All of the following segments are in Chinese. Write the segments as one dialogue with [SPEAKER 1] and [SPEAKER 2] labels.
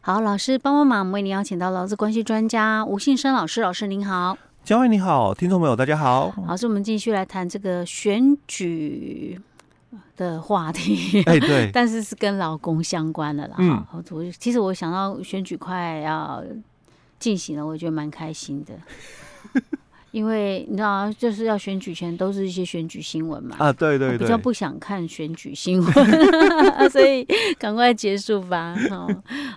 [SPEAKER 1] 好，老师帮帮忙，我们为您邀请到劳资关系专家吴信生老师，老师您好。
[SPEAKER 2] 嘉惠你好，听众朋友大家 好。
[SPEAKER 1] 老师，我们继续来谈这个选举的话 题，
[SPEAKER 2] 哎、 对，
[SPEAKER 1] 但是是跟劳工相关的啦。
[SPEAKER 2] 嗯
[SPEAKER 1] 哈，我其实我想到选举快要进行了，我觉得蛮开心的，因为你知道啊，就是要选举前都是一些选举新闻嘛。
[SPEAKER 2] 啊，对对
[SPEAKER 1] 我
[SPEAKER 2] 对
[SPEAKER 1] 比较，不想看选举新闻， 所以赶快结束吧。哦、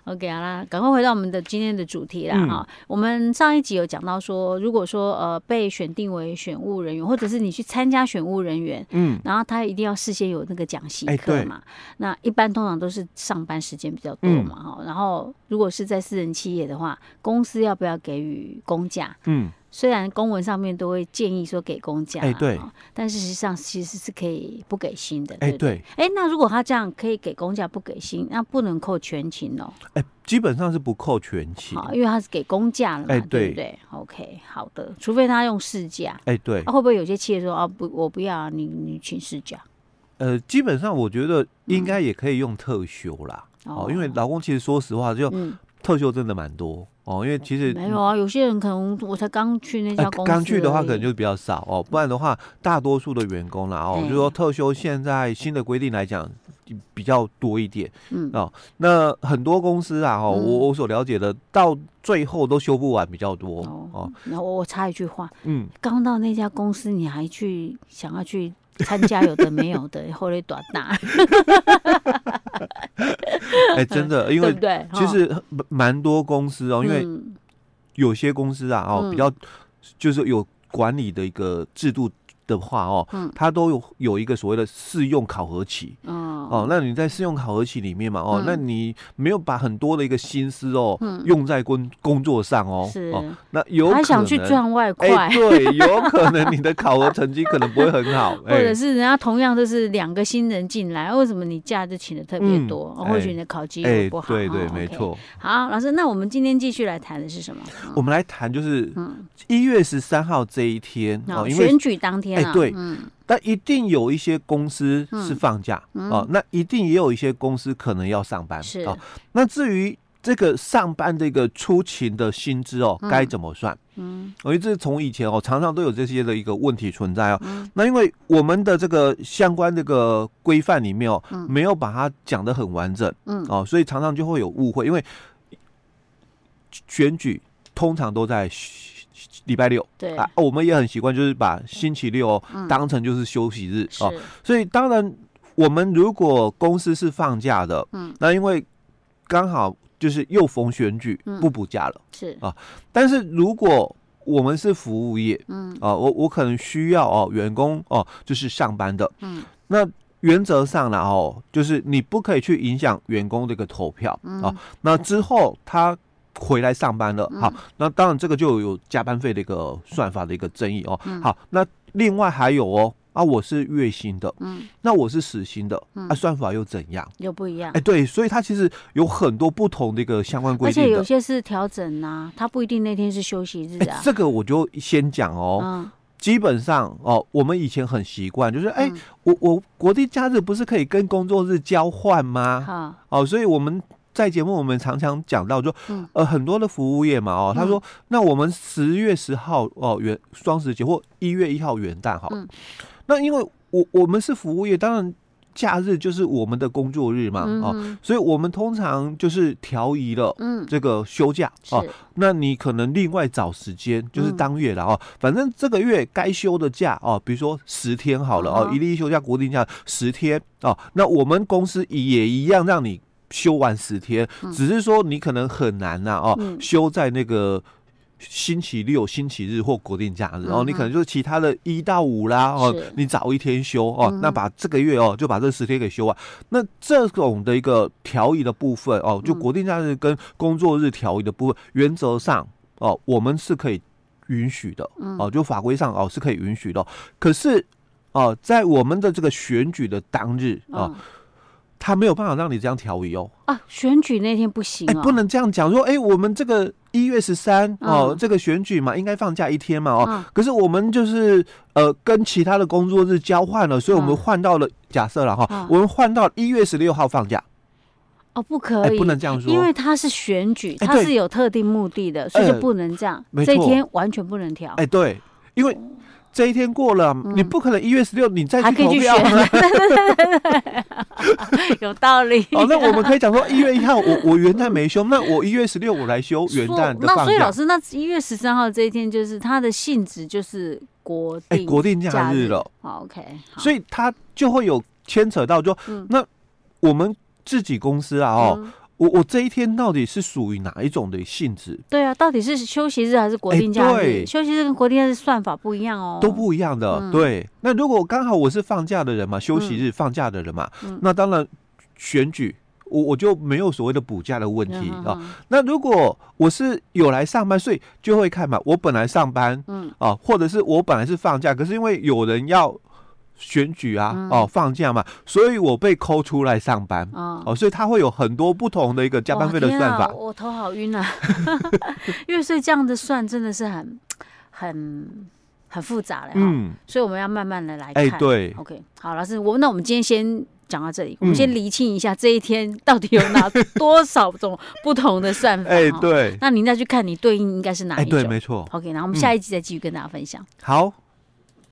[SPEAKER 1] OK，好啦，赶快回到我们的今天的主题啦。
[SPEAKER 2] 嗯
[SPEAKER 1] 哈、我们上一集有讲到说，如果说呃被选定为选务人员，或者是你去参加选务人员，
[SPEAKER 2] 嗯，
[SPEAKER 1] 然后他一定要事先有那个讲习
[SPEAKER 2] 哎
[SPEAKER 1] 课
[SPEAKER 2] 对
[SPEAKER 1] 嘛。那一般通常都是上班时间比较多嘛，
[SPEAKER 2] 嗯
[SPEAKER 1] 哈、然后如果是在私人企业的话，公司要不要给予公假？
[SPEAKER 2] 嗯，
[SPEAKER 1] 虽然公文上面都会建议说给公假，
[SPEAKER 2] 哎对
[SPEAKER 1] 哦，但事实上其实是可以不给薪的，对
[SPEAKER 2] 哎、
[SPEAKER 1] 不对。
[SPEAKER 2] 对，
[SPEAKER 1] 哎、那如果他这样可以给公假不给薪，那不能扣全勤哦，
[SPEAKER 2] 哎、基本上是不扣全勤，
[SPEAKER 1] 好，因为他是给公假了嘛，
[SPEAKER 2] 哎
[SPEAKER 1] 对不对？OK，好的，除非他用事假，
[SPEAKER 2] 哎、对
[SPEAKER 1] 啊、，会不会有些企业说啊不，我不要啊，你你请事假
[SPEAKER 2] 呃，基本上我觉得应
[SPEAKER 1] 嗯
[SPEAKER 2] 该也可以用特休啦，哦，因为劳工其实说实话，就
[SPEAKER 1] 嗯
[SPEAKER 2] 特休真的蛮多哦，因为其实
[SPEAKER 1] 没有啊，有些人可能我才刚去那
[SPEAKER 2] 哎
[SPEAKER 1] 家公司而已，
[SPEAKER 2] 刚去的话可能就比较少哦，不然的话，大多数的员工啦哦，
[SPEAKER 1] 哎
[SPEAKER 2] 就是说特休现在新的规定来讲比较多一点，
[SPEAKER 1] 嗯
[SPEAKER 2] 哦，那很多公司啊哦，
[SPEAKER 1] 嗯
[SPEAKER 2] 我我所了解的到最后都休不完比较多
[SPEAKER 1] 哦
[SPEAKER 2] 哦，
[SPEAKER 1] 然后我我插一句话，
[SPEAKER 2] 嗯，
[SPEAKER 1] 刚到那家公司，你还去想要去参加有的没有的， 后来短大，
[SPEAKER 2] 哎，真 的，因
[SPEAKER 1] 对
[SPEAKER 2] 为
[SPEAKER 1] 不对？
[SPEAKER 2] 其实蛮蛮多公司哦，因为
[SPEAKER 1] 嗯
[SPEAKER 2] 有些公司啊哦
[SPEAKER 1] 嗯
[SPEAKER 2] 比较就是有管理的一个制度的话哦
[SPEAKER 1] 嗯，
[SPEAKER 2] 它都有有一个所谓的试用考核期，哦
[SPEAKER 1] 哦，
[SPEAKER 2] 那你在试用考核期里面嘛，哦
[SPEAKER 1] 嗯，
[SPEAKER 2] 那你没有把很多的一个心思哦，
[SPEAKER 1] 嗯
[SPEAKER 2] 用在工工作上哦，
[SPEAKER 1] 是，
[SPEAKER 2] 哦，那有可能
[SPEAKER 1] 还想去，赚外快，
[SPEAKER 2] 哎，对，有可能你的考核成绩可能不会很好，
[SPEAKER 1] 或者
[SPEAKER 2] 哎，
[SPEAKER 1] 是人家同样都是两个新人进来，为什么你假就请的特别多？
[SPEAKER 2] 嗯
[SPEAKER 1] 哦或许你的考绩
[SPEAKER 2] 哎，
[SPEAKER 1] 也不好。
[SPEAKER 2] 对对
[SPEAKER 1] 哦，
[SPEAKER 2] 没。
[SPEAKER 1] OK
[SPEAKER 2] 错，哦
[SPEAKER 1] 好，老师，那我们今天继续来谈的是什么？
[SPEAKER 2] 我们来谈就是
[SPEAKER 1] 嗯，
[SPEAKER 2] 一月十三号这一天
[SPEAKER 1] 好
[SPEAKER 2] 哦，因为
[SPEAKER 1] 选举当天啊，
[SPEAKER 2] 哎对
[SPEAKER 1] 嗯
[SPEAKER 2] 但一定有一些公司是放假
[SPEAKER 1] 嗯
[SPEAKER 2] 哦，那一定也有一些公司可能要上班
[SPEAKER 1] 是
[SPEAKER 2] 哦，那至于这个上班这个出勤的薪资哦，该怎么算？
[SPEAKER 1] 嗯
[SPEAKER 2] 因为这是从以前哦，常常都有这些的一个问题存在哦。
[SPEAKER 1] 嗯
[SPEAKER 2] 那因为我们的这个相关这个规范里面哦，没有把它讲得很完整
[SPEAKER 1] 嗯，
[SPEAKER 2] 哦，所以常常就会有误会。因为选举通常都在礼拜六
[SPEAKER 1] 对，嗯
[SPEAKER 2] 啊，我们也很习惯就是把星期六、哦、当成就是休息日
[SPEAKER 1] 是
[SPEAKER 2] 哦，所以当然，我们如果公司是放假的，
[SPEAKER 1] 嗯，
[SPEAKER 2] 那因为刚好就是又逢选举，
[SPEAKER 1] 嗯
[SPEAKER 2] 不补假了。
[SPEAKER 1] 是，
[SPEAKER 2] 但是如果我们是服务业
[SPEAKER 1] 嗯
[SPEAKER 2] 啊、我我可能需要哦，员工哦，就是上班的。
[SPEAKER 1] 嗯，
[SPEAKER 2] 那原则上啦哦，就是你不可以去影响员工这个投票啊、
[SPEAKER 1] 嗯
[SPEAKER 2] 那之后他回来上班了，好，那当然这个就有加班费的一个算法的一个争议哦。
[SPEAKER 1] 嗯
[SPEAKER 2] 好，那另外还有哦，啊，我是月薪的，
[SPEAKER 1] 嗯，
[SPEAKER 2] 那我是时薪的，啊，算法又怎样？
[SPEAKER 1] 又不一样
[SPEAKER 2] 哎、。对，所以它其实有很多不同的一个相关
[SPEAKER 1] 而
[SPEAKER 2] 规
[SPEAKER 1] 且
[SPEAKER 2] 定
[SPEAKER 1] 有啊
[SPEAKER 2] 的。
[SPEAKER 1] 些是调整呐、它不一定那天是休息日
[SPEAKER 2] 哎、
[SPEAKER 1] 啊。
[SPEAKER 2] 这个我就先讲哦。
[SPEAKER 1] 嗯，
[SPEAKER 2] 基本上哦，我们以前很习惯，就是哎、我我国定假日不是可以跟工作日交换吗？
[SPEAKER 1] 好，
[SPEAKER 2] 哦，所以我们在节目我们常常讲到就，
[SPEAKER 1] 嗯
[SPEAKER 2] 呃，很多的服务业嘛，哦，他说、那我们十月十号哦元双十节或一月一号元旦好了，
[SPEAKER 1] 嗯
[SPEAKER 2] 那因为我我们是服务业，当然假日就是我们的工作日嘛，
[SPEAKER 1] 嗯
[SPEAKER 2] 哦，
[SPEAKER 1] 哼，
[SPEAKER 2] 所以我们通常就是调移了
[SPEAKER 1] 嗯，
[SPEAKER 2] 这个休假
[SPEAKER 1] 是
[SPEAKER 2] 哦，，那你可能另外找时间，就是
[SPEAKER 1] 嗯
[SPEAKER 2] 当月了哦。反正这个月该休的假哦，比如说十天好了
[SPEAKER 1] 啊
[SPEAKER 2] 哦，
[SPEAKER 1] 哈
[SPEAKER 2] 一例一休假、国定假十天哦。那我们公司也一样让你休完十天，只是说你可能很难呐、哦，
[SPEAKER 1] 嗯
[SPEAKER 2] 休在那个。星期六、星期日或国定假日，
[SPEAKER 1] 嗯
[SPEAKER 2] 哦，
[SPEAKER 1] 哼
[SPEAKER 2] 你可能就是其他的一到五啦，哦
[SPEAKER 1] 是，
[SPEAKER 2] 你早一天休哦
[SPEAKER 1] 嗯哼，
[SPEAKER 2] 那把这个月哦，就把这十天给休完。那这种的一个调移的部分哦，就
[SPEAKER 1] 嗯
[SPEAKER 2] 国定假日跟工作日调移的部分，原则上哦，我们是可以允许的
[SPEAKER 1] 嗯
[SPEAKER 2] 哦，就法规上哦是可以允许的。可是哦，在我们的这个选举的当日哦，
[SPEAKER 1] 嗯
[SPEAKER 2] 他没有办法让你这样调移哦，
[SPEAKER 1] 啊，选举那天不行
[SPEAKER 2] 哎，
[SPEAKER 1] 哦，
[SPEAKER 2] 不能这样讲说，哎，我们这个一月十三哦
[SPEAKER 1] 嗯，
[SPEAKER 2] 这个选举嘛，应该放假一天嘛，哦，
[SPEAKER 1] 嗯
[SPEAKER 2] 可是我们就是呃跟其他的工作日交换了，所以我们
[SPEAKER 1] 嗯
[SPEAKER 2] 换到了假设了
[SPEAKER 1] 嗯
[SPEAKER 2] 哈，我们换到一月十六号放假。
[SPEAKER 1] 哦，不
[SPEAKER 2] 哎
[SPEAKER 1] 可，以，
[SPEAKER 2] 不能这样说，
[SPEAKER 1] 因为它是选举，
[SPEAKER 2] 哎
[SPEAKER 1] 它
[SPEAKER 2] 对
[SPEAKER 1] 是有特定目的的，所以就
[SPEAKER 2] 呃
[SPEAKER 1] 不能这样。
[SPEAKER 2] 没
[SPEAKER 1] 这一
[SPEAKER 2] 错
[SPEAKER 1] 天完全不能调，
[SPEAKER 2] 哎，对，因为这一天过了，你不可能一月十六你再
[SPEAKER 1] 嗯还
[SPEAKER 2] 去
[SPEAKER 1] 可以
[SPEAKER 2] 投
[SPEAKER 1] 去
[SPEAKER 2] 票
[SPEAKER 1] 选。
[SPEAKER 2] 啊。
[SPEAKER 1] 有道理。
[SPEAKER 2] 哦， 那我们可以讲说一月一号我我元旦没休，那我一月十六我来休元
[SPEAKER 1] 说
[SPEAKER 2] 旦的
[SPEAKER 1] 那
[SPEAKER 2] 放
[SPEAKER 1] 所以老
[SPEAKER 2] 假。
[SPEAKER 1] 师，那一月十三号这一天，就是它的性质就是国
[SPEAKER 2] 哎，
[SPEAKER 1] 定
[SPEAKER 2] 国定假
[SPEAKER 1] 假
[SPEAKER 2] 日
[SPEAKER 1] 日
[SPEAKER 2] 了，
[SPEAKER 1] 好 OK，好
[SPEAKER 2] 所以它就会有牵扯到就
[SPEAKER 1] 嗯
[SPEAKER 2] 那我们自己公司啊哦，
[SPEAKER 1] 嗯
[SPEAKER 2] 我我这一天到底是属于哪一种的性质
[SPEAKER 1] 对啊，到底是休息日还是国
[SPEAKER 2] 哎
[SPEAKER 1] 定假日？
[SPEAKER 2] 对
[SPEAKER 1] 休息日跟国定假日算法不一样哦，
[SPEAKER 2] 都不一样
[SPEAKER 1] 嗯
[SPEAKER 2] 的。对，那如果刚好我是放假的人嘛，休息日放假的人嘛
[SPEAKER 1] 嗯，
[SPEAKER 2] 那当然选举我我就没有所谓的补假的问题
[SPEAKER 1] 嗯
[SPEAKER 2] 啊。，那如果我是有来上班，所以就会看嘛。我本来上班
[SPEAKER 1] 嗯
[SPEAKER 2] 啊，或者是我本来是放假，可是因为有人要选举啊，
[SPEAKER 1] 嗯
[SPEAKER 2] 哦、放假嘛，所以我被抠出来上班
[SPEAKER 1] 嗯。啊
[SPEAKER 2] 哦，所以它会有很多不同的一个加班费的
[SPEAKER 1] 哇天
[SPEAKER 2] 算
[SPEAKER 1] 啊
[SPEAKER 2] 法。
[SPEAKER 1] 我头好晕啊！ 因为所以这样的算真的是很、很、很复杂了。嗯，
[SPEAKER 2] 嗯，
[SPEAKER 1] 所以我们要慢慢的来看。
[SPEAKER 2] 哎，对，
[SPEAKER 1] OK，好，老师，我那我们今天先讲到这里，我们
[SPEAKER 2] 嗯
[SPEAKER 1] 先厘清一下这一天到底有哪多少种不同的算法。
[SPEAKER 2] 哎，
[SPEAKER 1] 哈，
[SPEAKER 2] 对，
[SPEAKER 1] 哦那您再去看你对应应该是哪
[SPEAKER 2] 哎，
[SPEAKER 1] 一种。
[SPEAKER 2] 对，没错。
[SPEAKER 1] OK，然后我们下一集再继续跟大家分享。
[SPEAKER 2] 好，